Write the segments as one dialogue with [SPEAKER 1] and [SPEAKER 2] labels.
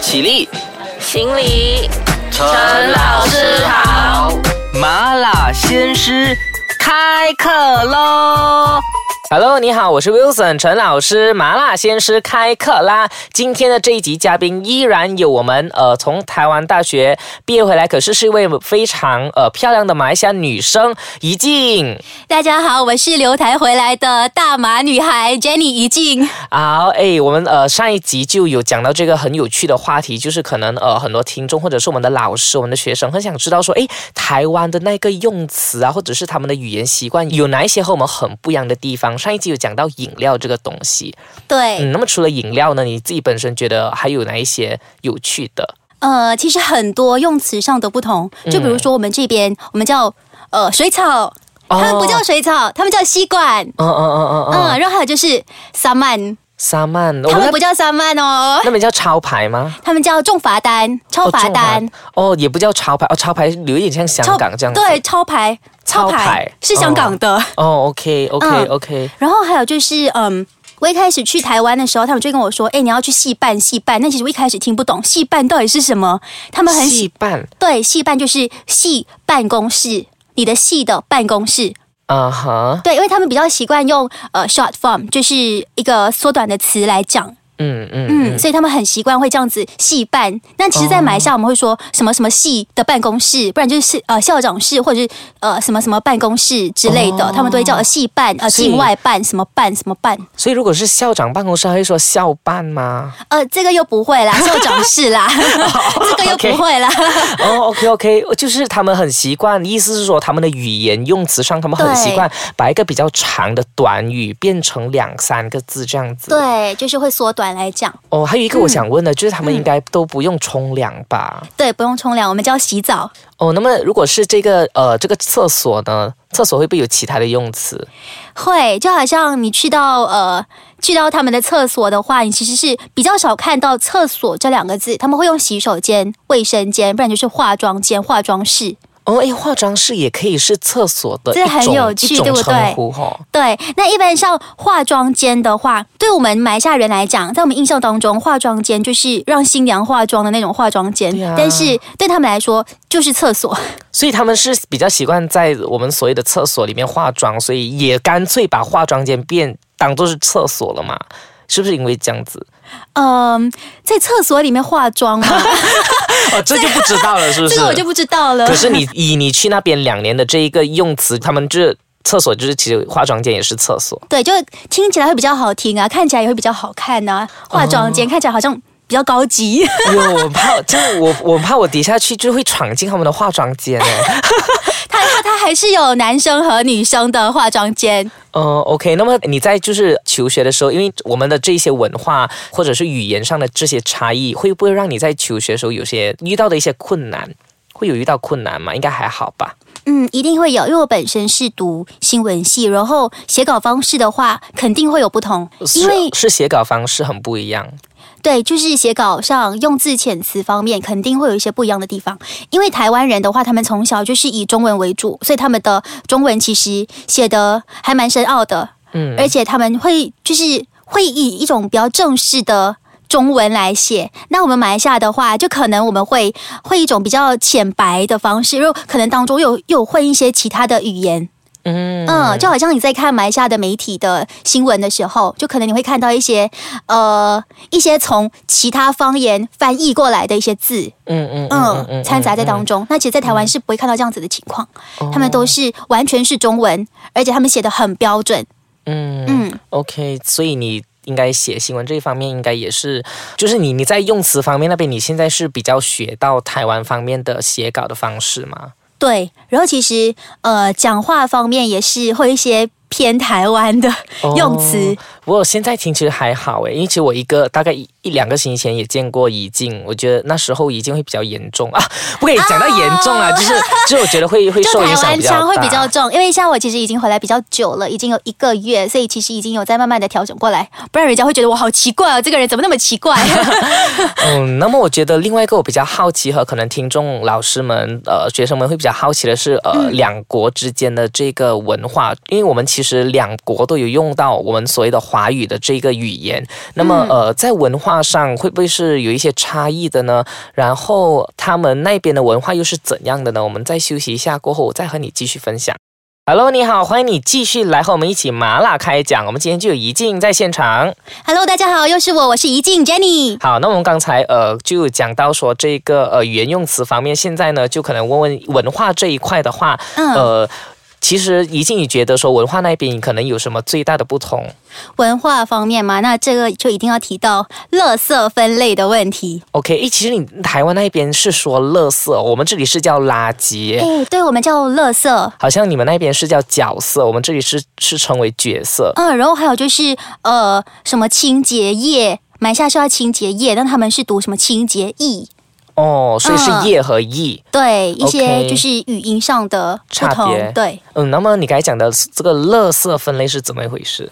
[SPEAKER 1] 起立，
[SPEAKER 2] 行礼，
[SPEAKER 1] 陈
[SPEAKER 2] 陈老师好。
[SPEAKER 1] 麻辣鲜师开课喽！
[SPEAKER 3] Hello，你好，我是 Wilson 陈老师，麻辣鲜师开课啦！今天的这一集嘉宾依然有我们呃从台湾大学毕业回来，可是是一位非常呃漂亮的马来西亚女生怡静。
[SPEAKER 4] 大家好，我是留台回来的大马女孩 Jenny 怡静。
[SPEAKER 3] 好，哎，我们呃上一集就有讲到这个很有趣的话题，就是可能呃很多听众或者是我们的老师、我们的学生很想知道说，哎，台湾的那个用词啊，或者是他们的语言习惯有哪一些和我们很不一样的地方？上一集有讲到饮料这个东西，
[SPEAKER 4] 对，
[SPEAKER 3] 嗯，那么除了饮料呢，你自己本身觉得还有哪一些有趣的？
[SPEAKER 4] 呃，其实很多用词上的不同，
[SPEAKER 3] 嗯
[SPEAKER 4] 就比如说我们这边我们叫呃水
[SPEAKER 3] 哦
[SPEAKER 4] 草，他们不叫水草，他们叫吸管。
[SPEAKER 3] 嗯嗯嗯嗯
[SPEAKER 4] 嗯，
[SPEAKER 3] 嗯，
[SPEAKER 4] 然后还有就是萨曼，
[SPEAKER 3] 沙曼，我
[SPEAKER 4] 他们
[SPEAKER 3] 们
[SPEAKER 4] 不
[SPEAKER 3] 那
[SPEAKER 4] 叫萨曼哦，
[SPEAKER 3] 那边叫抄牌吗？
[SPEAKER 4] 他们叫重罚单、超罚单、
[SPEAKER 3] 哦，也不叫抄牌哦，抄牌有一点像香
[SPEAKER 4] 超
[SPEAKER 3] 港这样子。
[SPEAKER 4] 对，超牌、
[SPEAKER 3] 超牌
[SPEAKER 4] 是香港的。
[SPEAKER 3] 哦，OK OK
[SPEAKER 4] 嗯
[SPEAKER 3] OK，
[SPEAKER 4] 然后还有就是，嗯，我一开始去台湾的时候，他们就跟我说，哎，你要去戏办戏办。那其实我一开始听不懂戏办到底是什么，他们很喜
[SPEAKER 3] 戏办
[SPEAKER 4] 对戏办就是戏办公室，你的戏的办公室。
[SPEAKER 3] 啊哈，
[SPEAKER 4] 对，因为他们比较习惯用呃 short form，就是一个缩短的词来讲，
[SPEAKER 3] 嗯嗯
[SPEAKER 4] 嗯，所以他们很习惯会这样子戏办。那其实，在马来
[SPEAKER 3] 哦
[SPEAKER 4] 西亚我们会说什么什么系的办公室，不然就是呃校长室或者是呃什么什么办公室之类的，他们都会叫呃戏办、呃
[SPEAKER 3] 哦所以
[SPEAKER 4] 境外办、什么办、什么办。
[SPEAKER 3] 所以如果是校长办公室，他会说校办 吗？
[SPEAKER 4] 呃，这个又不会啦，校长室 啦，这个又不会啦。
[SPEAKER 3] 哦，OK OK，就是他们很习惯，意思是说他们的语言用词上，他们很
[SPEAKER 4] 对
[SPEAKER 3] 习惯把一个比较长的短语变成两三个字这样子。。
[SPEAKER 4] 对，嗯就是会缩短来讲。
[SPEAKER 3] 哦，还有一个我想问的，就是他们应该都不用冲凉吧？
[SPEAKER 4] 对，不用冲凉，我们叫洗澡。
[SPEAKER 3] 哦，那么如果是这个呃这个厕所呢？厕所会不会有其他的用词？
[SPEAKER 4] 会，就好像你去到呃。去到他们的厕所的话，你其实是比较少看到“厕所”这两个字，他们会用洗手间、卫生间，不然就是化妆间、化妆室。
[SPEAKER 3] 哦，哎，化妆室也可以是厕所的一
[SPEAKER 4] 这
[SPEAKER 3] 种
[SPEAKER 4] 很有趣
[SPEAKER 3] 一种
[SPEAKER 4] 对不对
[SPEAKER 3] 称呼哈、哦。
[SPEAKER 4] 对，那一般像化妆间的话，对我们马来西亚人来讲，在我们印象当中，化妆间就是让新娘化妆的那种化妆间，
[SPEAKER 3] 对啊
[SPEAKER 4] 但是对他们来说就是厕所。
[SPEAKER 3] 所以他们是比较习惯在我们所谓的厕所里面化妆，所以也干脆把化妆间变当做是厕所了嘛？是不是因为这样子？
[SPEAKER 4] 嗯，在厕所里面化妆吗？
[SPEAKER 3] 哦， 这就不知道了，是 不是？
[SPEAKER 4] 这个我就不知道了。
[SPEAKER 3] 可是你以你去那边两年的这一个用词，他们这厕所就是其实化妆间也是厕 所。
[SPEAKER 4] 对，就听起来会比较好听啊，看起来也会比较好看呐、化妆间、看起来好像比较高级，
[SPEAKER 3] 哎呦，我怕这样，我我怕我底下去就会闯进他们的化妆间哎。
[SPEAKER 4] 它它它还是有男生和女生的化妆间。
[SPEAKER 3] 嗯，OK，那么你在就是求学的时候，因为我们的这些文化或者是语言上的这些差异，会不会让你在求学的时候有些遇到的一些困难？会有遇到困难吗？应该还好吧。
[SPEAKER 4] 嗯，一定会有，因为我本身是读新闻系，然后写稿方式的话，肯定会有不同，因为
[SPEAKER 3] 是是啊写稿方式很不一样。
[SPEAKER 4] 对，就是写稿上用字遣词方面，肯定会有一些不一样的地方。因为台湾人的话，他们从小就是以中文为主，所以他们的中文其实写的还蛮深奥的。
[SPEAKER 3] 嗯，
[SPEAKER 4] 而且他们会就是会以一种比较正式的中文来写。那我们马来西亚的话，就可能我们会会一种比较浅白的方式，又可能当中又有又有混一些其他的语言。
[SPEAKER 3] 嗯
[SPEAKER 4] 嗯，就好像你在看马来西亚的媒体的新闻的时候，就可能你会看到一些呃一些从其他方言翻译过来的一些字，
[SPEAKER 3] 嗯嗯
[SPEAKER 4] 嗯，掺杂在当中。那其实，在台湾是不会看到这样子的情况，他们
[SPEAKER 3] 哦
[SPEAKER 4] 都是完全是中文，而且他们写的很标准。
[SPEAKER 3] 嗯
[SPEAKER 4] 嗯，
[SPEAKER 3] OK，所以你应该写新闻这一方面，应该也是，就是你你在用词方面那边，你现在是比较学到台湾方面的写稿的方式吗？
[SPEAKER 4] 对，然后其实呃，讲话方面也是会一些偏台湾的用词。
[SPEAKER 3] 我哦现在听其实还好诶，因为其实我一个大概一一两个星期前也见过怡静，我觉得那时候怡静会比较严重啊，不可以讲到严重啊，就是就是我觉得会会
[SPEAKER 4] 就
[SPEAKER 3] 受
[SPEAKER 4] 台
[SPEAKER 3] 影响
[SPEAKER 4] 湾
[SPEAKER 3] 比较大。
[SPEAKER 4] 腔会比较重，因为像我其实已经回来比较久了，已经有一个月，所以其实已经有在慢慢的调整过来，不然人家会觉得我好奇怪哦，这个人怎么那么奇怪？
[SPEAKER 3] 嗯，那么我觉得另外一个我比较好奇和可能听众老师们呃学生们会比较好奇的是呃、两国之间的这个文化，因为我们其其实两国都有用到我们所谓的华语的这个语言。那么，呃，在文化上会不会是有一些差异的呢？然后他们那边的文化又是怎样的呢？我们再休息一下过后，我再和你继续分享。Hello，你好，欢迎你继续来和我们一起麻辣开讲。我们今天就有怡静在现场。
[SPEAKER 4] Hello，大家好，又是我，我是怡静 Jenny。
[SPEAKER 3] 好，那我们刚才呃就讲到说这个呃语言用词方面，现在呢就可能问问文化这一块的话，
[SPEAKER 4] 嗯
[SPEAKER 3] 呃，其实怡静你觉得说文化那边可能有什么最大的不同？
[SPEAKER 4] 文化方面嘛，那这个就一定要提到垃圾分类的问题。
[SPEAKER 3] OK，诶，其实你台湾那边是说垃圾，我们这里是叫垃圾。
[SPEAKER 4] 哎，对，我们叫垃圾。
[SPEAKER 3] 好像你们那边是叫角色，我们这里是是称为角色。
[SPEAKER 4] 嗯，然后还有就是呃，什么清洁液，马来西亚是要清洁液，但他们是读什么清洁液？
[SPEAKER 3] 哦，所以是
[SPEAKER 4] 嗯
[SPEAKER 3] 业和义。
[SPEAKER 4] 对，一些
[SPEAKER 3] OK
[SPEAKER 4] 就是语音上的不
[SPEAKER 3] 差别
[SPEAKER 4] 同。对，
[SPEAKER 3] 嗯，那么你刚才讲的这个垃圾分类是怎么一回事？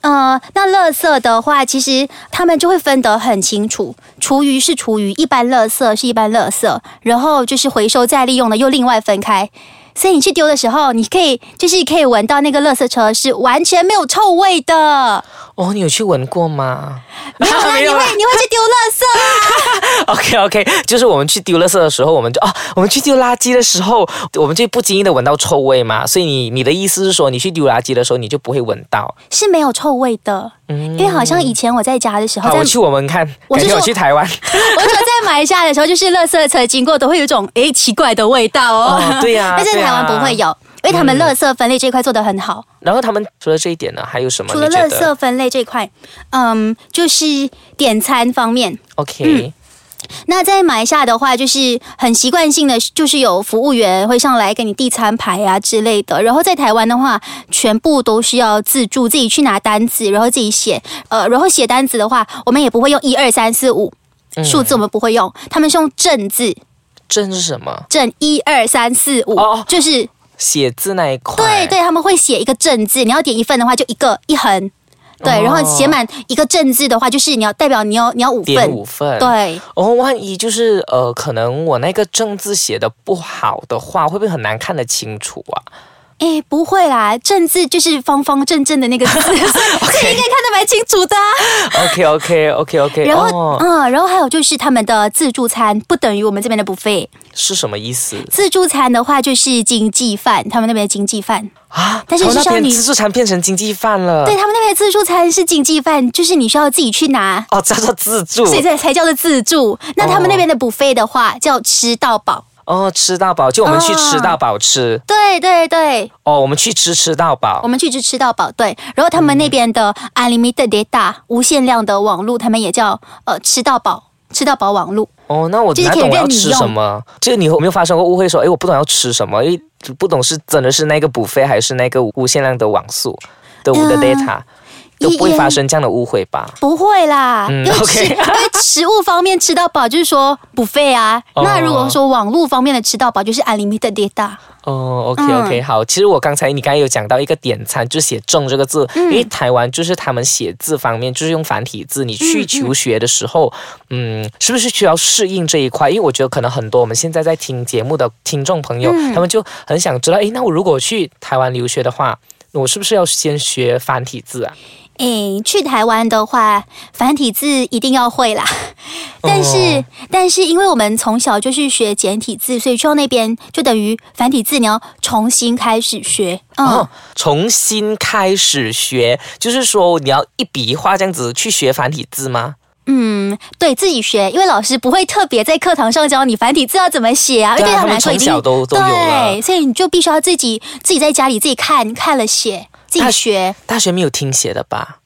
[SPEAKER 4] 呃，那垃圾的话，其实他们就会分得很清楚，厨余是厨余，一般垃圾是一般垃圾，然后就是回收再利用的又另外分开。所以你去丢的时候，你可以就是可以闻到那个垃圾车是完全没有臭 味的，
[SPEAKER 3] 哦，你有去闻过吗？
[SPEAKER 4] 没有啦，
[SPEAKER 3] 没
[SPEAKER 4] 你
[SPEAKER 3] 有啦
[SPEAKER 4] 会你会去丢垃圾啊
[SPEAKER 3] OK OK，就是我们去丢垃圾的时候，我们就啊，我们去丢垃圾的时候，我们就不经意的闻到臭味嘛。所以你你的意思是说，你去丢垃圾的时候，你就不会闻到？
[SPEAKER 4] 是没有臭味的，因为好像以前我在家的时候，
[SPEAKER 3] 好，
[SPEAKER 4] 在
[SPEAKER 3] 啊嗯我去闻闻看。
[SPEAKER 4] 我
[SPEAKER 3] 感
[SPEAKER 4] 是
[SPEAKER 3] 觉我
[SPEAKER 4] 说
[SPEAKER 3] 去台湾。
[SPEAKER 4] 我说在马来西亚的时候，就是垃圾车经过都会有一种诶奇怪的味道哦，
[SPEAKER 3] 哦对呀
[SPEAKER 4] 但是
[SPEAKER 3] 对呀
[SPEAKER 4] 台湾不会有，因为他们垃圾分类这一块做得很好。
[SPEAKER 3] 然后他们除了这一点呢，还有什么？
[SPEAKER 4] 除了
[SPEAKER 3] 你觉
[SPEAKER 4] 垃
[SPEAKER 3] 得
[SPEAKER 4] 圾分类这一块，嗯，就是点餐方面。嗯
[SPEAKER 3] OK，、
[SPEAKER 4] 那在马来西亚的话，就是很习惯性的，就是有服务员会上来给你递餐牌啊之类的。然后在台湾的话，全部都是要自助，自己去拿单子，然后自己写。呃，然后写单子的话，我们也不会用一二三四五数字，我们不会用，他们是用正字，
[SPEAKER 3] 正是什么？
[SPEAKER 4] 正一二三四五
[SPEAKER 3] 哦，
[SPEAKER 4] 就是
[SPEAKER 3] 写字那一块。
[SPEAKER 4] 对对，他们会写一个正字，你要点一份的话就一个一横，对，
[SPEAKER 3] 哦
[SPEAKER 4] 然后写满一个正字的话，就是你要代表你要你要五
[SPEAKER 3] 点
[SPEAKER 4] 份，
[SPEAKER 3] 五份，
[SPEAKER 4] 对，
[SPEAKER 3] 哦，万一就是呃，可能我那个正字写的不好的话，会不会很难看得清楚啊？
[SPEAKER 4] 哎，不会啦，正字就是方方正正的那个 字，
[SPEAKER 3] 哦
[SPEAKER 4] 所以所以应该看得蛮清楚的啊、
[SPEAKER 3] OK OK OK OK，
[SPEAKER 4] 然后、
[SPEAKER 3] 哦、
[SPEAKER 4] 嗯，然后还有就是他们的自助餐不等于我们这边的 buffet，
[SPEAKER 3] 是什么意思
[SPEAKER 4] 自助餐的话就是经济饭，他们那边的经济饭，
[SPEAKER 3] 啊？
[SPEAKER 4] 但是
[SPEAKER 3] 哦
[SPEAKER 4] 是
[SPEAKER 3] 那
[SPEAKER 4] 少
[SPEAKER 3] 边
[SPEAKER 4] 女
[SPEAKER 3] 自助餐变成经济饭了，
[SPEAKER 4] 对他们那边的自助餐是经济饭，就是你需要自己去拿。
[SPEAKER 3] 哦，叫做自助
[SPEAKER 4] 所以这才叫做自助。那他们那边的 buffet 的话，叫吃到饱。
[SPEAKER 3] 哦，吃到饱，就我们
[SPEAKER 4] 啊
[SPEAKER 3] 去吃到饱吃
[SPEAKER 4] 对对对，
[SPEAKER 3] 哦，我们去吃吃到饱
[SPEAKER 4] 我。们去吃吃到饱，对。然后他们那边的 unlimited data 无限量的网络，他们也叫呃吃到饱。吃到饱网络，
[SPEAKER 3] 哦，那我
[SPEAKER 4] 就是
[SPEAKER 3] 哪
[SPEAKER 4] 可以
[SPEAKER 3] 懂我要
[SPEAKER 4] 任你
[SPEAKER 3] 吃
[SPEAKER 4] 用
[SPEAKER 3] 什么？就是你有没有发生过误会说，哎，我不懂要吃什么，因为不懂是真的是那个补费还是那个无限量的网速的我的
[SPEAKER 4] 嗯
[SPEAKER 3] data，都不会
[SPEAKER 4] 也
[SPEAKER 3] 发生这样的误会吧？
[SPEAKER 4] 不会啦，
[SPEAKER 3] 嗯
[SPEAKER 4] 因为吃
[SPEAKER 3] OK
[SPEAKER 4] 因为食物方面吃到饱就是说补费啊。
[SPEAKER 3] 哦
[SPEAKER 4] 那如果说网络方面的吃到饱就是 unlimited data，
[SPEAKER 3] 哦，OK OK，、好。
[SPEAKER 4] 嗯
[SPEAKER 3] 其实我刚才你刚才有讲到一个点餐，就写“正”这个字，
[SPEAKER 4] 嗯
[SPEAKER 3] 因为台湾就是他们写字方面就是用繁体字。你去求学的时候，嗯是不是需要适应这一块？因为我觉得可能很多我们现在在听节目的听众朋友，
[SPEAKER 4] 嗯
[SPEAKER 3] 他们就很想知道，哎诶，那我如果去台湾留学的话，我是不是要先学繁体字啊？
[SPEAKER 4] 诶，去台湾的话，繁体字一定要会 啦。但是，
[SPEAKER 3] 哦
[SPEAKER 4] 但是，因为我们从小就是学简体字，所以去到那边就等于繁体字你要重新开始学。嗯，
[SPEAKER 3] 哦，重新开始学，就是说你要一笔一画这样子去学繁体字吗？
[SPEAKER 4] 嗯，对自己学，因为老师不会特别在课堂上教你繁体字要怎么写啊，因
[SPEAKER 3] 对啊
[SPEAKER 4] 为他们来说已经
[SPEAKER 3] 他们从小都都有啊了
[SPEAKER 4] 对，所以你就必须要自己自己在家里自己看看了写，自己
[SPEAKER 3] 他
[SPEAKER 4] 学。
[SPEAKER 3] 大学没有听写的吧？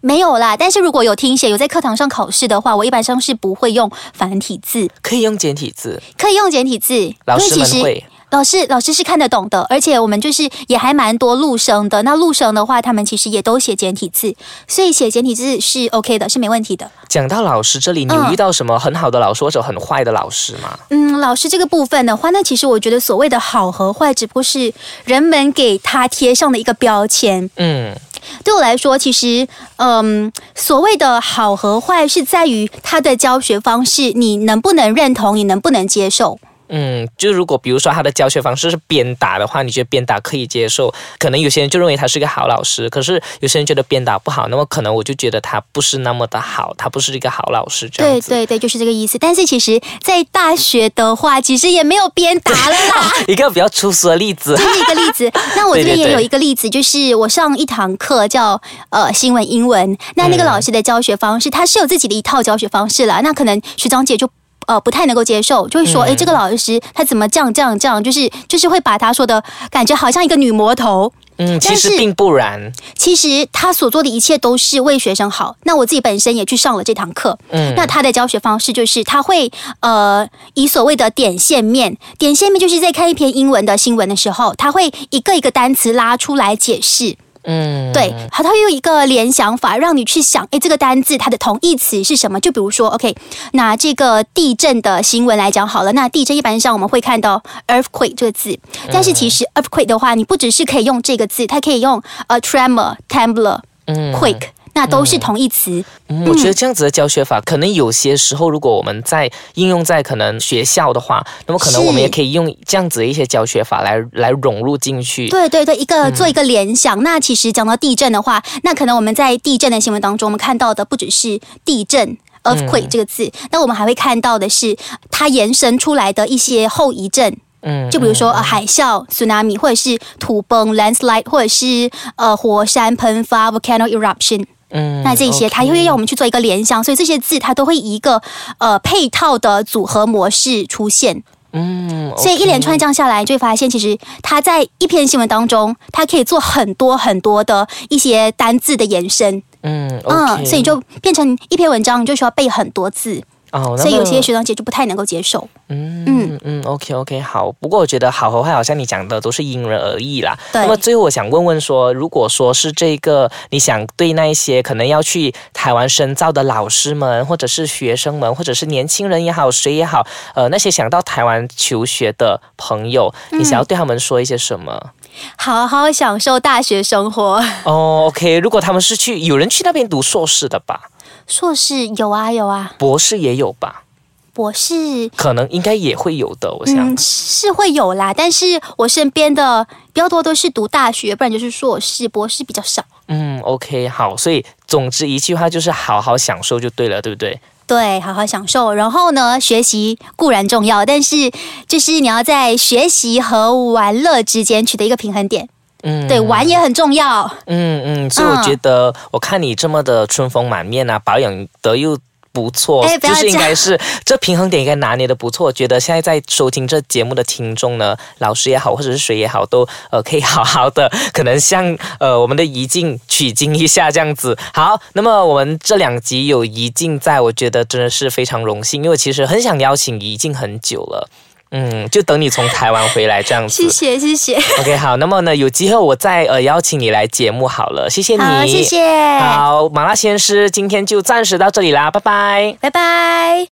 [SPEAKER 4] 没有啦，但是如果有听写，有在课堂上考试的话，我一般上是不会用繁体字，
[SPEAKER 3] 可以用简体字，
[SPEAKER 4] 可以用简体字，因
[SPEAKER 3] 老
[SPEAKER 4] 为
[SPEAKER 3] 师
[SPEAKER 4] 其
[SPEAKER 3] 们
[SPEAKER 4] 实
[SPEAKER 3] 会。
[SPEAKER 4] 老师老师是看得懂的，而且我们就是也还蛮多陆生的。那陆生的话，他们其实也都写简体字，所以写简体字是 OK 的，是没问题的。
[SPEAKER 3] 讲到老师这里，你有
[SPEAKER 4] 嗯
[SPEAKER 3] 遇到什么很好的老师或者很坏的老师吗？
[SPEAKER 4] 嗯，老师这个部分的话，那其实我觉得所谓的好和坏，只不过是人们给他贴上的一个标签。
[SPEAKER 3] 嗯，
[SPEAKER 4] 对我来说，其实，嗯，所谓的好和坏是在于他的教学方式，你能不能认同，你能不能接受。
[SPEAKER 3] 嗯，就如果比如说他的教学方式是鞭打的话，你觉得鞭打可以接受？可能有些人就认为他是一个好老师，可是有些人觉得鞭打不好，那么可能我就觉得他不是那么的好，他不是一个好老师这样
[SPEAKER 4] 对
[SPEAKER 3] 子。
[SPEAKER 4] 对对，就是这个意思。但是其实，在大学的话，其实也没有鞭打了啦。
[SPEAKER 3] 一个比较粗俗的例 子，
[SPEAKER 4] 这是一个例子。那我这边
[SPEAKER 3] 对对
[SPEAKER 4] 也
[SPEAKER 3] 对
[SPEAKER 4] 有一个例子，就是我上一堂课叫呃新闻英文，那那个老师的教学方式，他是有自己的一套教学方式啦。那可能学长姐就。呃，不太能够接受，就会说，
[SPEAKER 3] 嗯
[SPEAKER 4] 诶，这个老师他怎么这样这样这样，就是就是会把他说的感觉好像一个女魔头，
[SPEAKER 3] 嗯，其实
[SPEAKER 4] 但是
[SPEAKER 3] 并不然，
[SPEAKER 4] 其实他所做的一切都是为学生好。那我自己本身也去上了这堂课，
[SPEAKER 3] 嗯，
[SPEAKER 4] 那他的教学方式就是他会呃以所谓的点线面，点线面就是在看一篇英文的新闻的时候，他会一个一个单词拉出来解释。
[SPEAKER 3] 嗯，
[SPEAKER 4] 对，好，他会用一个联想法让你去想，哎诶，这个单字它的同义词是什么？就比如说，OK，那这个地震的新闻来讲好了，那地震一般上我们会看到 earthquake 这个字，但是其
[SPEAKER 3] 嗯
[SPEAKER 4] 实 earthquake 的话，你不只是可以用这个字，它可以用呃 tremor、trembler、
[SPEAKER 3] 嗯
[SPEAKER 4] quake，那都是同义词。
[SPEAKER 3] 嗯我觉得这样子的教学法，可能有些时候，如果我们在应用在可能学校的话，那么可能
[SPEAKER 4] 是
[SPEAKER 3] 我们也可以用这样子的一些教学法来来融入进去。
[SPEAKER 4] 对对对，一个做一个联想。那其实讲到地震的话，那可能我们在地震的新闻当中，我们看到的不只是地震。earthquake
[SPEAKER 3] 嗯
[SPEAKER 4] 这个字，那我们还会看到的是它延伸出来的一些后遗症，
[SPEAKER 3] 嗯，
[SPEAKER 4] 就比如说呃海啸、tsunami，或者是土崩 landslide，或者是呃火山喷发 volcano eruption。
[SPEAKER 3] 嗯，
[SPEAKER 4] 那这些它
[SPEAKER 3] 因
[SPEAKER 4] 会
[SPEAKER 3] 为
[SPEAKER 4] 让我们去做一个联想，所以这些字它都会以一个呃配套的组合模式出现。
[SPEAKER 3] 嗯，
[SPEAKER 4] 所以一连串这样下来，你就会发现，其实它在一篇新闻当中，它可以做很多很多的一些单字的延伸，
[SPEAKER 3] 嗯
[SPEAKER 4] 嗯，所以就变成一篇文章，你就需要背很多字，
[SPEAKER 3] 哦，
[SPEAKER 4] 所以有些
[SPEAKER 3] 学
[SPEAKER 4] 学长姐就不太能够接受。
[SPEAKER 3] 嗯嗯，OK OK，好。不过我觉得好和坏好像你讲的都是因人而异啦。
[SPEAKER 4] 对
[SPEAKER 3] 那么最后我想问问说，如果说是这个你想对那一些可能要去台湾深造的老师们，或者是学生们，或者是年轻人也好，谁也好，呃，那些想到台湾求学的朋友，
[SPEAKER 4] 嗯
[SPEAKER 3] 你想要对他们说一些什么？
[SPEAKER 4] 好好享受大学生活，
[SPEAKER 3] 哦，OK，如果他们是去有人去那边读硕士的吧，
[SPEAKER 4] 硕士有啊有啊，
[SPEAKER 3] 博士也有吧，
[SPEAKER 4] 博士
[SPEAKER 3] 可能应该也会有的，我想。
[SPEAKER 4] 嗯是会有啦，但是我身边的比较多都是读大学，不然就是硕士，博士比较少。
[SPEAKER 3] 嗯，OK，好，所以总之一句话就是好好享受就对了，对不对？
[SPEAKER 4] 对，好好享受。然后呢，学习固然重要，但是就是你要在学习和玩乐之间取得一个平衡点。
[SPEAKER 3] 嗯，
[SPEAKER 4] 对，玩也很重要。
[SPEAKER 3] 嗯嗯，所以我觉得，我看你这么的春风满面啊，保养得又。不错
[SPEAKER 4] 哎，不要
[SPEAKER 3] 就是应
[SPEAKER 4] 这样
[SPEAKER 3] 该是 这平衡点应该拿捏的不错。我觉得现在在收听这节目的听众呢，老师也好，或者是谁也好，都呃可以好好的，可能向 呃我们的怡静取经一下这样子。好，那么我们这两集有怡静在，我觉得真的是非常荣幸，因为我其实很想邀请怡静很久了。嗯，就等你从台湾回来这样子。
[SPEAKER 4] 谢谢，谢谢。
[SPEAKER 3] OK，好，那么呢，有机会我再呃邀请你来节目好了，谢谢你，
[SPEAKER 4] 好，谢谢。
[SPEAKER 3] 好，麻辣鲜师今天就暂时到这里啦，拜拜。
[SPEAKER 4] 拜拜。